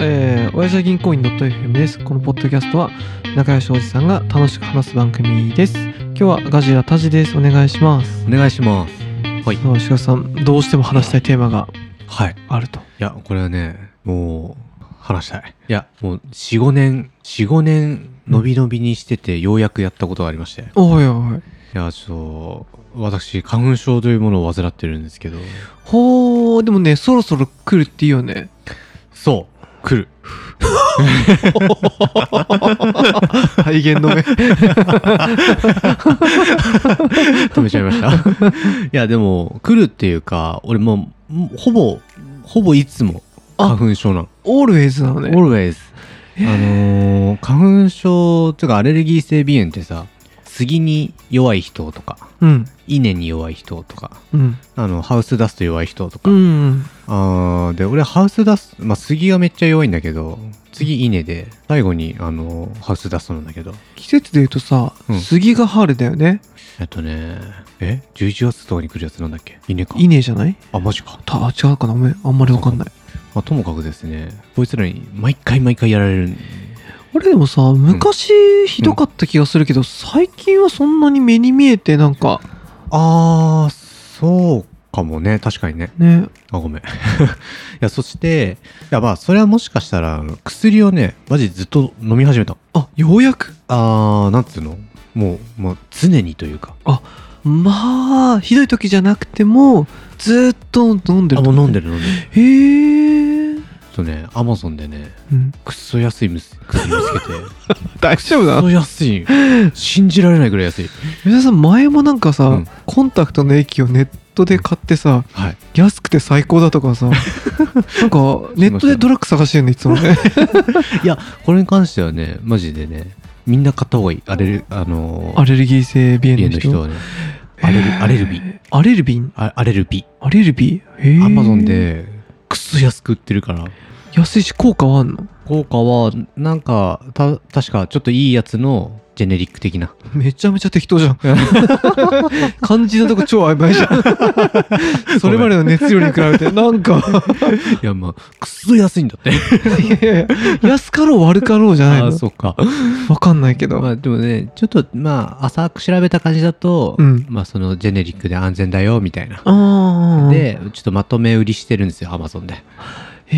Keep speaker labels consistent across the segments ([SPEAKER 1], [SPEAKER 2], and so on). [SPEAKER 1] えー、親父銀行員 .fm です。このポッドキャストは仲良しおじさんが楽しく話す番組です。今日はガジラタジです。お願いします。
[SPEAKER 2] お願いしますはい
[SPEAKER 1] そう、石川さん、どうしても話したいテーマが
[SPEAKER 2] はい
[SPEAKER 1] あると。
[SPEAKER 2] いやこれはねもう話したいいやもう45年45年伸び伸びにしててようやくやったことがありましてい
[SPEAKER 1] おいおい。
[SPEAKER 2] やちょっと私花粉症というものを患ってるんですけど
[SPEAKER 1] ほー、でもね、そろそろ来るっていいよね。
[SPEAKER 2] そう来る
[SPEAKER 1] 肺炎の目。
[SPEAKER 2] 止めちゃいました いやでも来るっていうか俺もうほぼほぼいつも
[SPEAKER 1] あ
[SPEAKER 2] 花粉症なの
[SPEAKER 1] オールウェイズなのね。
[SPEAKER 2] always あのー花粉症とかアレルギー性鼻炎ってさ杉に弱い人とか
[SPEAKER 1] うん。
[SPEAKER 2] 稲に弱い人とか
[SPEAKER 1] うん。
[SPEAKER 2] あのハウスダスト弱い人と
[SPEAKER 1] う
[SPEAKER 2] か、
[SPEAKER 1] ん。
[SPEAKER 2] あーで俺ハウスダスト、まあ、杉がめっちゃ弱いんだけど次稲で最後にあのハウスダストなんだけど
[SPEAKER 1] 季節で言うとさ、
[SPEAKER 2] うん
[SPEAKER 1] 杉が春だよね。
[SPEAKER 2] えっとねえ11月とかに来るやつなんだっけ稲か
[SPEAKER 1] 稲じゃない
[SPEAKER 2] あマジか、
[SPEAKER 1] た違うかなごめん。あんまりわかんない。
[SPEAKER 2] まあ、ともかくですねこいつらに毎回毎回やられるん
[SPEAKER 1] あれでもさ昔ひどかった気がするけど、最近はそんなに目に見えてなんか
[SPEAKER 2] あーそうかもね確かにね
[SPEAKER 1] ね
[SPEAKER 2] あごめん いやそしていやまあそれはもしかしたらあの薬をねマジずっと飲み始めた
[SPEAKER 1] あようやく
[SPEAKER 2] あーなんつうのもうもう常にというか
[SPEAKER 1] まあひどい時じゃなくてもずーっと飲んでる
[SPEAKER 2] あもう飲んでる飲んでる
[SPEAKER 1] へえ、
[SPEAKER 2] そうねアマゾンでね
[SPEAKER 1] うん、
[SPEAKER 2] くっそ安いむす薬見つけて
[SPEAKER 1] 大丈夫
[SPEAKER 2] くっそ安い信じられないぐらい安い
[SPEAKER 1] 皆さん前もなんかさ、
[SPEAKER 2] うん
[SPEAKER 1] コンタクトの液をネットで買ってさ
[SPEAKER 2] はい
[SPEAKER 1] 安くて最高だとかさ なんかネットでドラッグ探してるのいつもね
[SPEAKER 2] いやこれに関してはねマジでねみんな買った方がいいアレルあのー
[SPEAKER 1] アレルギー性鼻炎
[SPEAKER 2] 家
[SPEAKER 1] の
[SPEAKER 2] の
[SPEAKER 1] 人
[SPEAKER 2] 人はねアレルアレルビ
[SPEAKER 1] アレルビン
[SPEAKER 2] あアレルビ
[SPEAKER 1] アレルビへえ
[SPEAKER 2] アマゾンでくっそ安く売ってるから
[SPEAKER 1] 安いし効果はあんの
[SPEAKER 2] 効果はなんかた確かちょっといいやつのジェネリック的 な
[SPEAKER 1] めちゃめちゃ適当じゃん。 漢字のとこ超曖昧じゃ ん。それまでの熱量に比べて、なんか、
[SPEAKER 2] いやまあくっそ安いんだって
[SPEAKER 1] いやいやいや安かろう悪かろうじゃない
[SPEAKER 2] ああ
[SPEAKER 1] の
[SPEAKER 2] そっか
[SPEAKER 1] わかんないけど。
[SPEAKER 2] まあでもねちょっとまあ浅く調べた感じだと、
[SPEAKER 1] うん
[SPEAKER 2] まあそのジェネリックで安全だよみたいな。
[SPEAKER 1] ああ。、
[SPEAKER 2] でちょっとまとめ売りしてるんですよアマゾンで。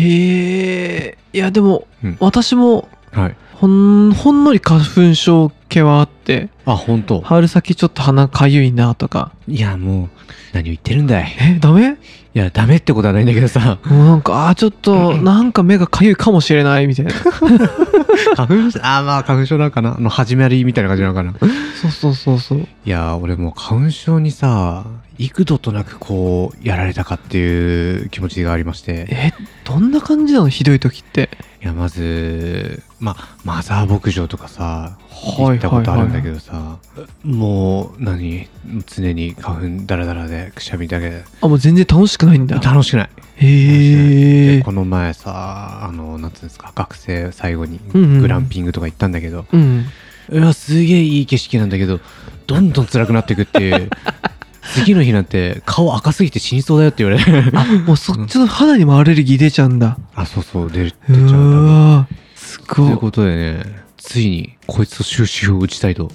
[SPEAKER 1] へえ、いやでも、
[SPEAKER 2] うん
[SPEAKER 1] 私も、
[SPEAKER 2] はい。
[SPEAKER 1] ほん、ほんのり花粉症系はあって、
[SPEAKER 2] あ本当。
[SPEAKER 1] 春先ちょっと鼻かゆいなとか。
[SPEAKER 2] いやもう何を言ってるんだい。
[SPEAKER 1] え、ダメ
[SPEAKER 2] いやダメってことはないんだけどさ
[SPEAKER 1] もうなんか、ああー、ちょっと、なんか目がかゆいかもしれないみたいな。
[SPEAKER 2] 花粉症あーまあ花粉症なのかなあの始まりみたいな感じなのかな。
[SPEAKER 1] そうそうそうそう。
[SPEAKER 2] いやー俺もう花粉症にさ幾度となくこうやられたかっていう気持ちがありまして
[SPEAKER 1] え、どんな感じなのひどい時って。
[SPEAKER 2] いやまずまあマザー牧場とかさ
[SPEAKER 1] は
[SPEAKER 2] 行
[SPEAKER 1] いはいはい
[SPEAKER 2] ったことあるんだけどさ、もう何常に花粉ダラダラでくしゃみだけで
[SPEAKER 1] あ、もう全然楽しくないんだ。
[SPEAKER 2] 楽しくない、
[SPEAKER 1] へえ
[SPEAKER 2] で。この前さあのなんつうんですか学生最後に
[SPEAKER 1] うんうん
[SPEAKER 2] グランピングとか行ったんだけど、
[SPEAKER 1] うん。
[SPEAKER 2] うわすげえいい景色なんだけどどんどん辛くなっていくっていう 次の日なんて顔赤すぎて死にそうだよって言われる
[SPEAKER 1] あ、もうそっちの肌にもアレルギー出ちゃうんだ。
[SPEAKER 2] あそうそう出る
[SPEAKER 1] う
[SPEAKER 2] 出ちゃうんだ
[SPEAKER 1] わーす
[SPEAKER 2] と
[SPEAKER 1] ご
[SPEAKER 2] いう
[SPEAKER 1] い。
[SPEAKER 2] ことでねついにこいつと収集を打ちたいと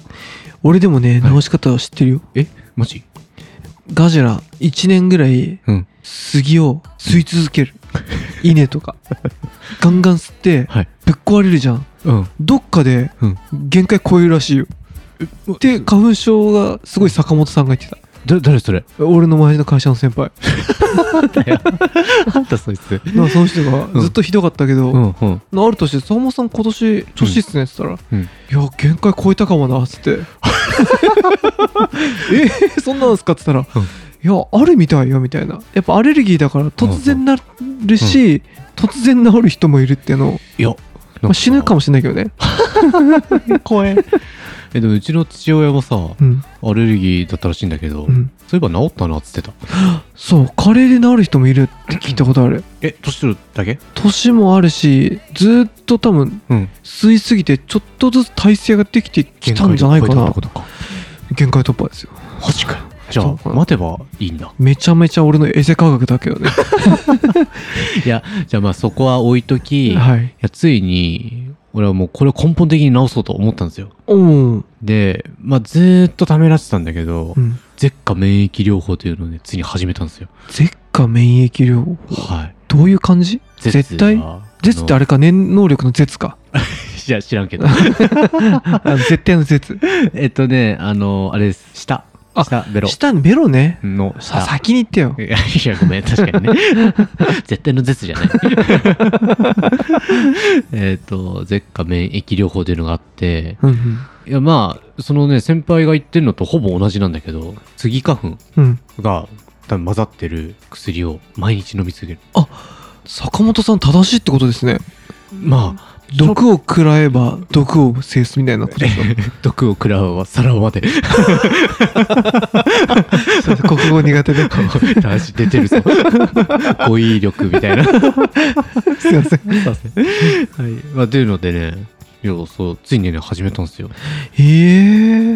[SPEAKER 1] 俺でもね、
[SPEAKER 2] はい
[SPEAKER 1] 直し方は知ってるよ。
[SPEAKER 2] えマジ
[SPEAKER 1] ガジラ、1年ぐらい
[SPEAKER 2] うん
[SPEAKER 1] 杉を吸い続 ける。稲とか。ガンガン吸って、
[SPEAKER 2] はい
[SPEAKER 1] ぶっ壊れるじゃん。
[SPEAKER 2] うん
[SPEAKER 1] どっかで
[SPEAKER 2] うん
[SPEAKER 1] 限界超えるらしいよ。で、花粉症がすごい坂本さんが言って
[SPEAKER 2] だ誰それ
[SPEAKER 1] た。俺の前の会社の先 輩。
[SPEAKER 2] あんたそいつ
[SPEAKER 1] なんかその人がずっとひどかったけど、
[SPEAKER 2] うんうん
[SPEAKER 1] あるとして、坂本さん今年調子いいっすねって言ったら、
[SPEAKER 2] うん
[SPEAKER 1] いや、限界超えたかもな、つって。 えそんなんすかって言ったら、いや、あるみたいよ、みたいな。やっぱアレルギーだから突然なるし、突然治る人もいるっていうのを、
[SPEAKER 2] いや
[SPEAKER 1] まあ、死ぬか
[SPEAKER 2] も
[SPEAKER 1] もしれないけどね。
[SPEAKER 2] 怖え えでもうちの父親もさ
[SPEAKER 1] うん。
[SPEAKER 2] アレルギーだったらしいんだけど、
[SPEAKER 1] うん。
[SPEAKER 2] そういえば治ったなっつってた
[SPEAKER 1] そう、加齢で治る人もいるって聞いたことある。
[SPEAKER 2] え年取るだけ
[SPEAKER 1] 年もあるし、ずーっと多分、
[SPEAKER 2] うん
[SPEAKER 1] 吸いすぎて、ちょっとずつ体勢ができてきたんじゃないか
[SPEAKER 2] 限界
[SPEAKER 1] な
[SPEAKER 2] を超えたってこ。とか
[SPEAKER 1] 限界突破ですよ。
[SPEAKER 2] マジかよじゃ
[SPEAKER 1] そうか
[SPEAKER 2] あ
[SPEAKER 1] な
[SPEAKER 2] 待てばいいんだ
[SPEAKER 1] めちゃめちゃ俺のエセ科学だけどね
[SPEAKER 2] いやじゃあまあそこは置いとき、い
[SPEAKER 1] はい
[SPEAKER 2] やついに俺はもうこれを根本的に直そうと思ったんですよ
[SPEAKER 1] うん
[SPEAKER 2] でまあずーっとためらってたんだけど、
[SPEAKER 1] うん
[SPEAKER 2] 舌下免疫療法というのをねついに始めたんですよ
[SPEAKER 1] 舌下免疫療法
[SPEAKER 2] はい
[SPEAKER 1] どういう感じ
[SPEAKER 2] 舌
[SPEAKER 1] 絶対
[SPEAKER 2] が
[SPEAKER 1] 絶ってあ
[SPEAKER 2] の
[SPEAKER 1] れか念能力の絶か
[SPEAKER 2] いや知ら んけど
[SPEAKER 1] あの絶対の絶
[SPEAKER 2] えっとねあのあれです舌
[SPEAKER 1] あ
[SPEAKER 2] 舌ベロ
[SPEAKER 1] 下にベロね
[SPEAKER 2] の
[SPEAKER 1] さ
[SPEAKER 2] 舌
[SPEAKER 1] 先に言ってよ
[SPEAKER 2] いや、いやごめん、確か にね。絶対の絶じゃない。えっと、舌下免疫療法というのがあって、
[SPEAKER 1] うんうん
[SPEAKER 2] いや、まあ、そのね、先輩が言ってるのとほぼ同じなんだけど、スギ花粉
[SPEAKER 1] うん
[SPEAKER 2] が多分混ざってる薬を毎日飲み続ける。
[SPEAKER 1] 坂本さん正しいってことですね
[SPEAKER 2] まあ、
[SPEAKER 1] 毒を食らえば毒を制すみたいなことでしょ
[SPEAKER 2] 毒を食らうはさらば で。
[SPEAKER 1] そうです国語苦手 で
[SPEAKER 2] 男子出てるぞ。 語彙力み たいな。
[SPEAKER 1] すいません
[SPEAKER 2] はい。まあ、というのでね、いやそう、ついにね、始めたんですよ。
[SPEAKER 1] え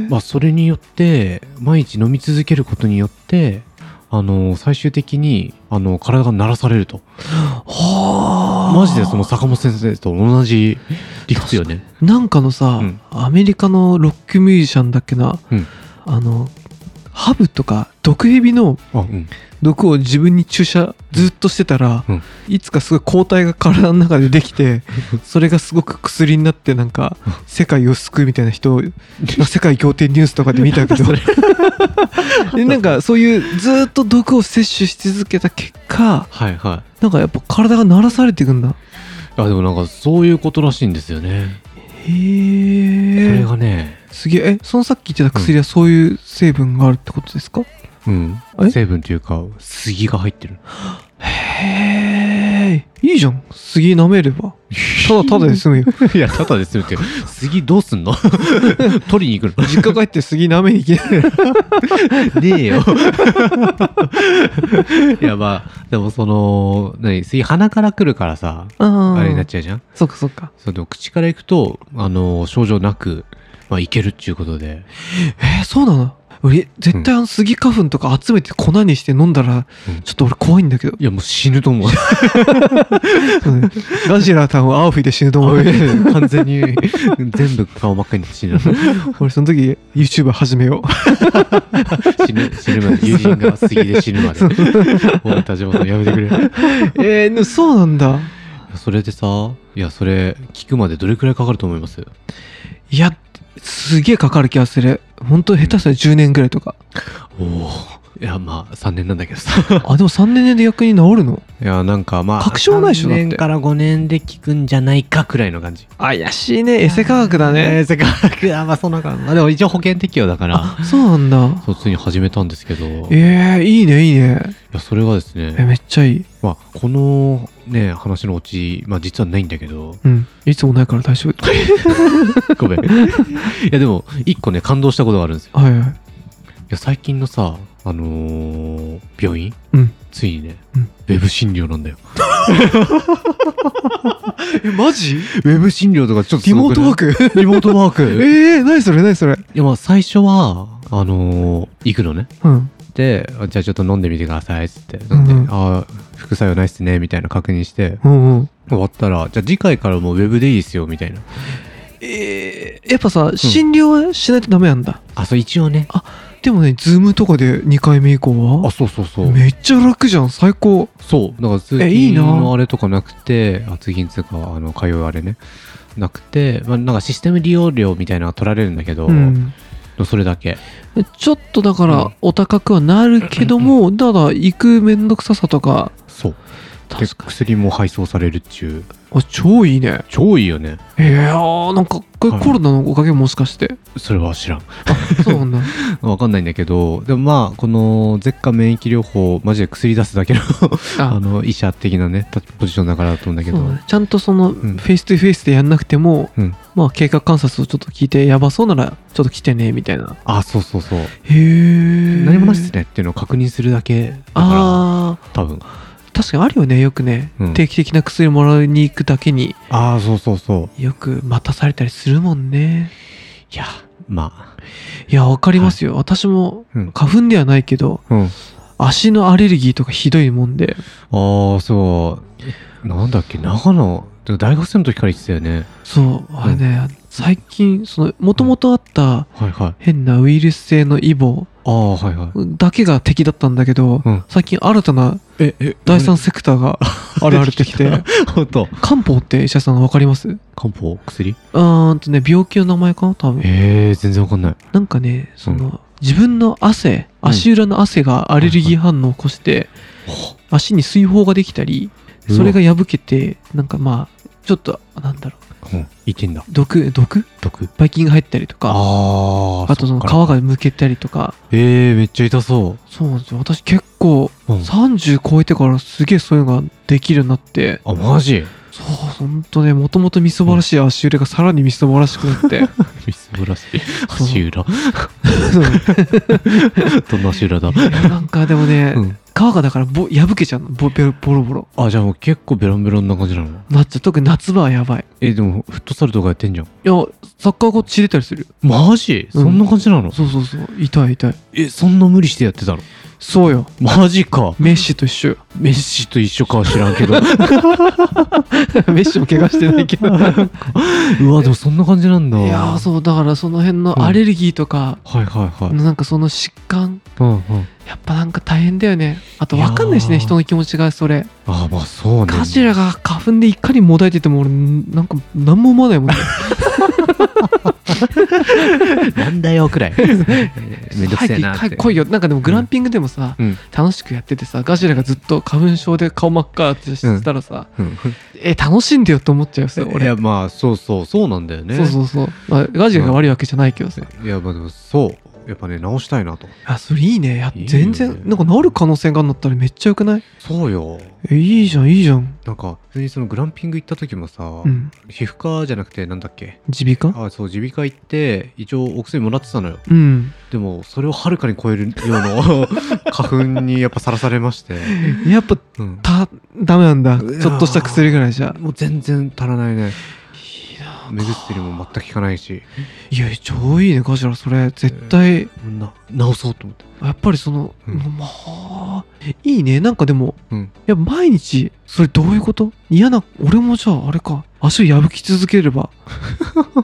[SPEAKER 1] え
[SPEAKER 2] まあ、それによって毎日飲み続けることによってあの最終的にあの体が慣らされると
[SPEAKER 1] はあ
[SPEAKER 2] マジでその坂本先生と同じ理屈よね
[SPEAKER 1] なんかのさ、
[SPEAKER 2] うん
[SPEAKER 1] アメリカのロックミュージシャンだっけな、
[SPEAKER 2] うん
[SPEAKER 1] あのハブとか毒蛇の
[SPEAKER 2] あうん
[SPEAKER 1] 毒を自分に注射ずっとしてたら、
[SPEAKER 2] うん
[SPEAKER 1] いつかすごい抗体が体の中でできてそれがすごく薬になってなんか世界を救うみたいな人の世界仰天ニュースとかで見たけど
[SPEAKER 2] それ
[SPEAKER 1] でなんかそういうずっと毒を摂取し続けた結果
[SPEAKER 2] はいは
[SPEAKER 1] なんかやっぱ体が慣らされていくんだ
[SPEAKER 2] いあでもなんかそういうことらしいんですよね
[SPEAKER 1] へ
[SPEAKER 2] それ
[SPEAKER 1] え
[SPEAKER 2] がね
[SPEAKER 1] すげええそのさっき言ってた薬はそういう成分があるってことですか、
[SPEAKER 2] うん
[SPEAKER 1] え
[SPEAKER 2] 成分というか杉が入ってる
[SPEAKER 1] へえいいじゃん杉舐めればただただで済むよ
[SPEAKER 2] いやただですよって杉どうすんの 取りに行くの
[SPEAKER 1] 実家帰って杉舐めに行けない
[SPEAKER 2] ねえよ。い やまあ、でもその、何、次鼻から来るからさ、
[SPEAKER 1] あ
[SPEAKER 2] あれにな
[SPEAKER 1] ゃ
[SPEAKER 2] っちゃうじゃん。
[SPEAKER 1] うそっかそっか
[SPEAKER 2] その口から行くと、あの、症状なく、まあいけるっていうことで。
[SPEAKER 1] えー、そうなの俺絶対あの杉花粉とか集めて粉にして飲んだら、
[SPEAKER 2] うん
[SPEAKER 1] ちょっと俺怖いんだけど
[SPEAKER 2] いやもう死ぬと思う。
[SPEAKER 1] そうねガジラさんは青吹いて死ぬと思う
[SPEAKER 2] 完全に、全部顔真っ赤になって死ぬ。
[SPEAKER 1] 俺その時 YouTube 始めよ
[SPEAKER 2] 死ぬ、死ぬまで、友人が杉で死ぬまで。もう田島さんやめてくれ。
[SPEAKER 1] う えー、でもそうなんだ
[SPEAKER 2] それでさ、いやそれ、聞くまでどれくらいかかると思います
[SPEAKER 1] いやすげえかかる気がする本当下手したら10年ぐらいと か
[SPEAKER 2] おお。いやまあ3年なんだけどさ。
[SPEAKER 1] あでも3年で逆に治るの
[SPEAKER 2] いやなんかまあ
[SPEAKER 1] 確証ないでしょ
[SPEAKER 2] 3
[SPEAKER 1] だって
[SPEAKER 2] 年から5年で効くんじゃないかくらいの感じ
[SPEAKER 1] 怪しいねエセ科学だ
[SPEAKER 2] え
[SPEAKER 1] ね
[SPEAKER 2] ー、世界学 あまあそんな感じまあでも一応保険適用だから
[SPEAKER 1] あそうなんだ
[SPEAKER 2] そうついに始めたんですけどい
[SPEAKER 1] えー、いいねいいね
[SPEAKER 2] やそれがです
[SPEAKER 1] え
[SPEAKER 2] ね、
[SPEAKER 1] めっちゃいい
[SPEAKER 2] まあ、このね話のオチ、まあ、実はないんだけど
[SPEAKER 1] うんいつもないから大丈 夫はい
[SPEAKER 2] ごめんいやでも一個ね感動したことがあるんですよ
[SPEAKER 1] はい
[SPEAKER 2] いや最近のさあのー病院、
[SPEAKER 1] うん
[SPEAKER 2] ついにね、
[SPEAKER 1] うん
[SPEAKER 2] ウェブ診療なんだよ
[SPEAKER 1] えマジ
[SPEAKER 2] ウェブ診療とかちょっと
[SPEAKER 1] リモートワー
[SPEAKER 2] ク
[SPEAKER 1] ク
[SPEAKER 2] リモートワーク
[SPEAKER 1] ええ何それ何それ
[SPEAKER 2] いやまあ最初はあのー行くのね
[SPEAKER 1] うん
[SPEAKER 2] であじゃあちょっと飲んでみてください」っつって飲んで「
[SPEAKER 1] うんうん
[SPEAKER 2] あー副作用ないっすね」みたいな確認して
[SPEAKER 1] うんうん
[SPEAKER 2] 終わったら「じゃあ次回からもうウェブでいいっすよ」みたいな
[SPEAKER 1] えー、やっぱさ診療はしないとダメなんだ、
[SPEAKER 2] あそう一応ね
[SPEAKER 1] でもねズームとかで2回目以降
[SPEAKER 2] あ
[SPEAKER 1] は
[SPEAKER 2] そうそうそう
[SPEAKER 1] めっちゃ楽じゃん最高
[SPEAKER 2] そうだから通
[SPEAKER 1] えいい
[SPEAKER 2] 勤
[SPEAKER 1] な
[SPEAKER 2] のあれとかなくてあ通勤つうかあの通うあれねなくて、まあ、なんかシステム利用料みたいなのが取られるんだけど、
[SPEAKER 1] うん
[SPEAKER 2] それだけ
[SPEAKER 1] ちょっとだか
[SPEAKER 2] う
[SPEAKER 1] ら
[SPEAKER 2] ん
[SPEAKER 1] お高くはなるけども、ただ行くめんどくささとか
[SPEAKER 2] そうで
[SPEAKER 1] 確かに
[SPEAKER 2] 薬も配送されるっちゅう
[SPEAKER 1] あ超いいね
[SPEAKER 2] 超いいよね
[SPEAKER 1] いやーなんかこれ
[SPEAKER 2] はい
[SPEAKER 1] コロナのおかげもしかして、
[SPEAKER 2] それは知らん
[SPEAKER 1] そうなんだ
[SPEAKER 2] わかんないんだけどでもまあこの舌下免疫療法マジで薬出すだけの あ
[SPEAKER 1] あ
[SPEAKER 2] の医者的なねたポジションだからだと思うんだけ
[SPEAKER 1] そ
[SPEAKER 2] ど
[SPEAKER 1] うだねちゃんとそのフ
[SPEAKER 2] ん
[SPEAKER 1] ェイストゥフェイスでやんなくても、
[SPEAKER 2] うん
[SPEAKER 1] まあ経過観察をちょっと聞いてやばそうならちょっと来てねみたいな
[SPEAKER 2] あそうそうそう
[SPEAKER 1] へえ
[SPEAKER 2] 何もなしですねっていうのを確認するだけだか
[SPEAKER 1] あ
[SPEAKER 2] ら多分
[SPEAKER 1] ー確かにあるよねよくね、
[SPEAKER 2] うん
[SPEAKER 1] 定期的な薬もらいに行くだけに
[SPEAKER 2] ああそうそうそう
[SPEAKER 1] よく待たされたりするもんね
[SPEAKER 2] いやまあ。
[SPEAKER 1] いや、わかりますよ。私も
[SPEAKER 2] うん。
[SPEAKER 1] 花粉ではないけど、
[SPEAKER 2] うん、あ
[SPEAKER 1] 足のアレルギーとかひどいもんで、
[SPEAKER 2] あ、そう。なんだっけ、長野、大学生の時から言ってたよね。
[SPEAKER 1] そう、あれね、最近、その、もともとあった
[SPEAKER 2] はいはい。
[SPEAKER 1] 変なウイルス性のイボ
[SPEAKER 2] ああ、はいはい。
[SPEAKER 1] だけが敵だったんだけど、
[SPEAKER 2] うん
[SPEAKER 1] 最近新たな
[SPEAKER 2] え、え、
[SPEAKER 1] 第三セクターが 現れてきて、。
[SPEAKER 2] ほんと。
[SPEAKER 1] 漢方って医者さんわかり ますう
[SPEAKER 2] 漢方薬
[SPEAKER 1] ーんとね、病気の名前かな多分。
[SPEAKER 2] ええ全然わかんない。
[SPEAKER 1] なんかね、その、自分の汗、足裏の汗がアレルギー反応を起こして、足に水疱ができたり、
[SPEAKER 2] うわ
[SPEAKER 1] それが破けて、なんかまあ、ちょっと、なんだろう、
[SPEAKER 2] うん、いてんだ。
[SPEAKER 1] 毒、毒
[SPEAKER 2] 毒。
[SPEAKER 1] ばい菌が入ったりとか、
[SPEAKER 2] ああ、
[SPEAKER 1] あとその
[SPEAKER 2] っ
[SPEAKER 1] 皮
[SPEAKER 2] か
[SPEAKER 1] がむけたりとか、
[SPEAKER 2] ええめっちゃ痛そ
[SPEAKER 1] そうなんですよ。私結構、
[SPEAKER 2] う。うん、
[SPEAKER 1] 30超えてからすげえそういうのができるようになって、
[SPEAKER 2] あ、マジ
[SPEAKER 1] そう、ほんとね、もともとみそばらしい足裏がさらにみそばらしくな って、
[SPEAKER 2] みすぼらしい。足 裏。
[SPEAKER 1] そう
[SPEAKER 2] どんな足裏だ
[SPEAKER 1] いやなんかでもね、
[SPEAKER 2] うん。
[SPEAKER 1] 皮がだからぼ破けちゃうのぼべろボロボロ
[SPEAKER 2] あ、じゃあもう結構ベロンベロンな感じなの
[SPEAKER 1] なっちゃう特に夏場はやばい
[SPEAKER 2] え、でもフットサルとかやってんじゃん。
[SPEAKER 1] いやサッカーコーチ出たりする
[SPEAKER 2] マジ
[SPEAKER 1] うん
[SPEAKER 2] そんな感じなの、
[SPEAKER 1] そうそうそう痛い痛い
[SPEAKER 2] え、そんな無理してやってたの
[SPEAKER 1] そうよ
[SPEAKER 2] マジか。
[SPEAKER 1] メッシと一 緒よ
[SPEAKER 2] メッシと一緒かは知らんけど。
[SPEAKER 1] メッシも怪我してないけどい
[SPEAKER 2] うんうわ、でもそんな感じなんだ。
[SPEAKER 1] やーそうだからその辺のアレルギーとか、
[SPEAKER 2] はいはいはい。
[SPEAKER 1] なんかその疾患
[SPEAKER 2] うんうん。
[SPEAKER 1] やっぱなんか大変だよねあと分かんないし
[SPEAKER 2] い
[SPEAKER 1] ね
[SPEAKER 2] やー
[SPEAKER 1] 人の気持ちがそれ
[SPEAKER 2] あ、まあそうね。
[SPEAKER 1] カジラが花粉でいかにもだいてても俺なんか何も思わないもんね
[SPEAKER 2] なんだよくら い。 めんどくせえなって。
[SPEAKER 1] 早く来いよなんかでもグランピングでもさ、
[SPEAKER 2] うん。
[SPEAKER 1] 楽しくやっててさガジラがずっと花粉症で顔真っ赤ってしてたらさ、
[SPEAKER 2] うん。
[SPEAKER 1] え楽しんでよって思っちゃうさ
[SPEAKER 2] い
[SPEAKER 1] 俺、
[SPEAKER 2] やまあそうそうそうなんだよね。
[SPEAKER 1] そうそうそう、まあ、ガジラが悪いわけじゃないけどさ、
[SPEAKER 2] いやまあでもそうやっぱね直したいなと。
[SPEAKER 1] あそれいいねや
[SPEAKER 2] いいよね
[SPEAKER 1] 全然なんか治る可能性があるんだったらめっちゃよくない
[SPEAKER 2] そうよ。
[SPEAKER 1] えいいじゃんいいじゃん
[SPEAKER 2] なんか普通にそのグランピング行った時もさ、
[SPEAKER 1] うん
[SPEAKER 2] 皮膚科じゃなくてなんだっけ
[SPEAKER 1] 耳鼻科
[SPEAKER 2] あそう耳鼻科行って一応お薬もらってたのよ
[SPEAKER 1] うん
[SPEAKER 2] でもそれをはるかに超えるような 花粉にやっぱさらされまして、
[SPEAKER 1] やっぱ
[SPEAKER 2] うん、
[SPEAKER 1] たダメなんだ
[SPEAKER 2] うわー
[SPEAKER 1] ちょっとした薬ぐらいじゃ
[SPEAKER 2] もう全然足らない
[SPEAKER 1] い
[SPEAKER 2] ね
[SPEAKER 1] いな
[SPEAKER 2] 目薬も全く効かないし
[SPEAKER 1] いや超いいねガジラそれ絶対
[SPEAKER 2] な直そうと思って
[SPEAKER 1] やっぱりその、
[SPEAKER 2] うん
[SPEAKER 1] まあいいねなんかでも、
[SPEAKER 2] うん
[SPEAKER 1] いや毎日それどういうこと嫌な俺もじゃああれか足を破き続ければ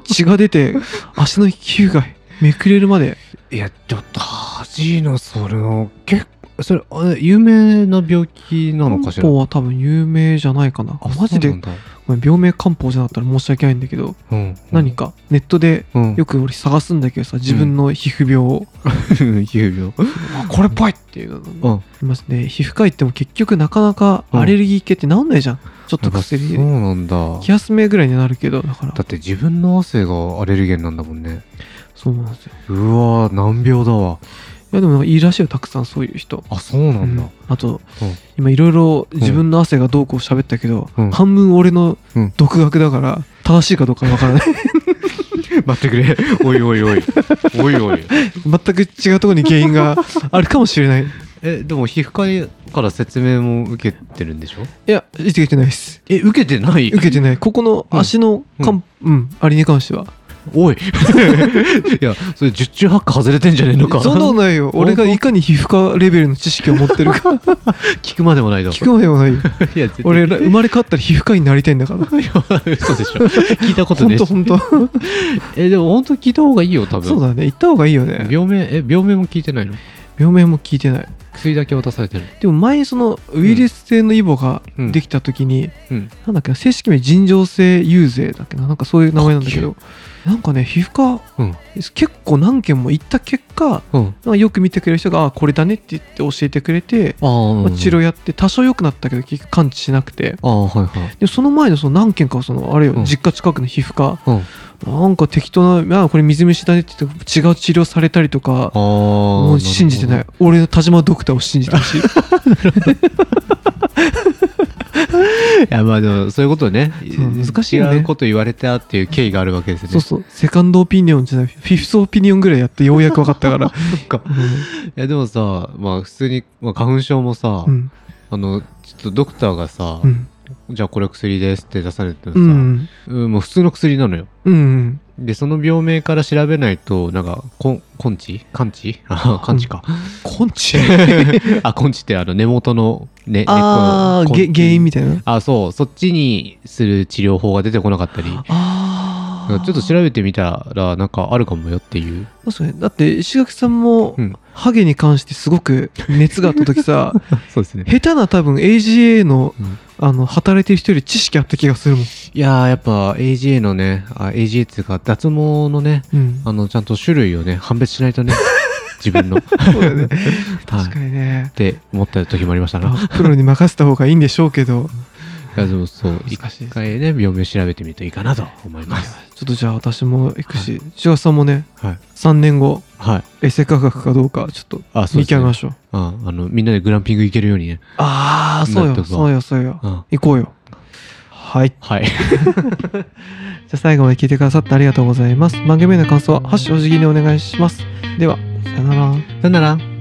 [SPEAKER 1] 血が出て足の皮膚がめくれるまで
[SPEAKER 2] いやちょっと恥じなそれを結構それあ有名な病気なの
[SPEAKER 1] 漢
[SPEAKER 2] かしら
[SPEAKER 1] 方は多分有名じゃないかな
[SPEAKER 2] あ
[SPEAKER 1] マジ
[SPEAKER 2] そう
[SPEAKER 1] で
[SPEAKER 2] なんだ
[SPEAKER 1] ごめん病名漢方じゃなかったら申し訳ないんだけど、
[SPEAKER 2] うん、
[SPEAKER 1] 何かネットで
[SPEAKER 2] うん、
[SPEAKER 1] よく俺探すんだけどさ自分の皮膚病を、
[SPEAKER 2] 有病
[SPEAKER 1] あこれっぽいっていうのがあ
[SPEAKER 2] うん
[SPEAKER 1] りますね皮膚科行っても結局なかなかアレルギー系って治んないじゃん、ちょっと薬
[SPEAKER 2] そ
[SPEAKER 1] で
[SPEAKER 2] うなんだ
[SPEAKER 1] 気休めぐらいにはなるけどだから
[SPEAKER 2] だって自分の汗がアレルゲンなんだもんね
[SPEAKER 1] そうなんですよ
[SPEAKER 2] うわー難病だわ
[SPEAKER 1] いやでもなんかいいらしいよたくさんそういう人
[SPEAKER 2] あそうなんだ、
[SPEAKER 1] うんあと、
[SPEAKER 2] うん
[SPEAKER 1] 今いろいろ自分の汗がどうこう喋ったけど、
[SPEAKER 2] うん
[SPEAKER 1] 半分俺の
[SPEAKER 2] うん
[SPEAKER 1] 独学だから正しいかどうかわからない
[SPEAKER 2] 待ってくれおいおいおいおいおい
[SPEAKER 1] 全く違うところに原因があるかもしれないい
[SPEAKER 2] えでも皮膚科から説明も受けてるんでしょ
[SPEAKER 1] や受けてないです
[SPEAKER 2] え受けてない
[SPEAKER 1] 受けてないここの足のかん、うんあれに関しては
[SPEAKER 2] おい いやそれ十中八九外れてんじゃねえのか
[SPEAKER 1] そんなことないよ
[SPEAKER 2] 本当
[SPEAKER 1] 俺がいかに皮膚科レベルの知識を持ってるか
[SPEAKER 2] 聞くまでもないだろ
[SPEAKER 1] 聞くまでもないよ
[SPEAKER 2] いや絶対
[SPEAKER 1] 俺ら生まれ変わったら皮膚科医になりたいんだから
[SPEAKER 2] いや 嘘でしょ 聞いたこと
[SPEAKER 1] ほん
[SPEAKER 2] ねえ
[SPEAKER 1] と
[SPEAKER 2] し
[SPEAKER 1] ほんと
[SPEAKER 2] えでも本当聞いた方がいいよ多分
[SPEAKER 1] そうだね行った方がいいよね
[SPEAKER 2] 病名え病名も聞いてないの
[SPEAKER 1] 病名も聞いてない
[SPEAKER 2] 薬だけ渡されてる
[SPEAKER 1] でも前そのウイルス性のイボができた時に、
[SPEAKER 2] うん
[SPEAKER 1] なんだっけな正式名尋常性遊説だっけななんかそういう名前なんだけどなんかね皮膚科
[SPEAKER 2] うん
[SPEAKER 1] 結構何件も行った結果
[SPEAKER 2] うん
[SPEAKER 1] なんかよく見てくれる人があこれだねって言って教えてくれて、
[SPEAKER 2] ああ
[SPEAKER 1] まあ治療やって多少良くなったけど結局完治しなくて
[SPEAKER 2] ああはいはい
[SPEAKER 1] でその前のその何件かはそのあれよ、
[SPEAKER 2] うん
[SPEAKER 1] 実家近くの皮膚科
[SPEAKER 2] うん
[SPEAKER 1] なんか適当な「あこれ水虫だね」って言って違う治療されたりとか
[SPEAKER 2] ああも
[SPEAKER 1] もう信じてない俺の田島ドクターを信じてほしい
[SPEAKER 2] いやまあでもそういうことね
[SPEAKER 1] そう難しいよね
[SPEAKER 2] 違うこと言われたっていう経緯があるわけですね
[SPEAKER 1] そうそう、セカンドオピニオンじゃない、フィフスオピニオンぐらいやってようやく分かった から。
[SPEAKER 2] そっか
[SPEAKER 1] う
[SPEAKER 2] いやでもさまあ普通に、まあ、花粉症もさ、
[SPEAKER 1] ん、
[SPEAKER 2] あのちょっとドクターがさ、
[SPEAKER 1] うん、
[SPEAKER 2] じゃあこれ薬ですって出されてさ、
[SPEAKER 1] うん、
[SPEAKER 2] うんもう普通の薬なのよ
[SPEAKER 1] うん、
[SPEAKER 2] で、その病名から調べないと、なんか、こん、根治根治 あ、根治か。
[SPEAKER 1] 根治
[SPEAKER 2] あ、根治ってあの、根元の、ね、根っこの。
[SPEAKER 1] ああ
[SPEAKER 2] 根
[SPEAKER 1] げ原因みたいな
[SPEAKER 2] あ、そう、そっちにする治療法が出てこなかったり、なんか
[SPEAKER 1] ああ
[SPEAKER 2] ちょっと調べてみたら、なんかあるかもよっていう。
[SPEAKER 1] 確かにだって石垣さんも、
[SPEAKER 2] うん
[SPEAKER 1] ハゲに関してすごく熱があった時 さ
[SPEAKER 2] そうですね。
[SPEAKER 1] 下手な多分 AGA の,、
[SPEAKER 2] うん
[SPEAKER 1] あの働いてる人より知識あった気がするもん、
[SPEAKER 2] いやー、やっぱ AGA のね、あ AGA っていうか、脱毛のね、
[SPEAKER 1] うん
[SPEAKER 2] あの、ちゃんと種類をね、判別しないと ね、自分の。
[SPEAKER 1] そうだね
[SPEAKER 2] はい
[SPEAKER 1] 確かにね、
[SPEAKER 2] って思った時もありましたな。い
[SPEAKER 1] プロに任せた方がいいんでしょうけど
[SPEAKER 2] やでも そう、一
[SPEAKER 1] 難しいです
[SPEAKER 2] 回ね、病名調べてみるといいかなと思います。
[SPEAKER 1] ちょっとじゃあ私も行くし、石垣さんもね
[SPEAKER 2] はい。
[SPEAKER 1] 3年後
[SPEAKER 2] はい。
[SPEAKER 1] エセ科学かどうかちょっと
[SPEAKER 2] あ、そう
[SPEAKER 1] 見
[SPEAKER 2] です、
[SPEAKER 1] 極
[SPEAKER 2] ね。
[SPEAKER 1] めましょう
[SPEAKER 2] ああの、みんなでグランピング行けるようにね。
[SPEAKER 1] ああそう
[SPEAKER 2] 納得
[SPEAKER 1] よ
[SPEAKER 2] は
[SPEAKER 1] そうよそうよ
[SPEAKER 2] あ
[SPEAKER 1] 行こうよはい
[SPEAKER 2] はい。
[SPEAKER 1] じ ゃあ最後まで聞いてくださってありがとうございます番組への感想は「ハッシュお辞儀」にお願いしますではさよなら
[SPEAKER 2] さよなら。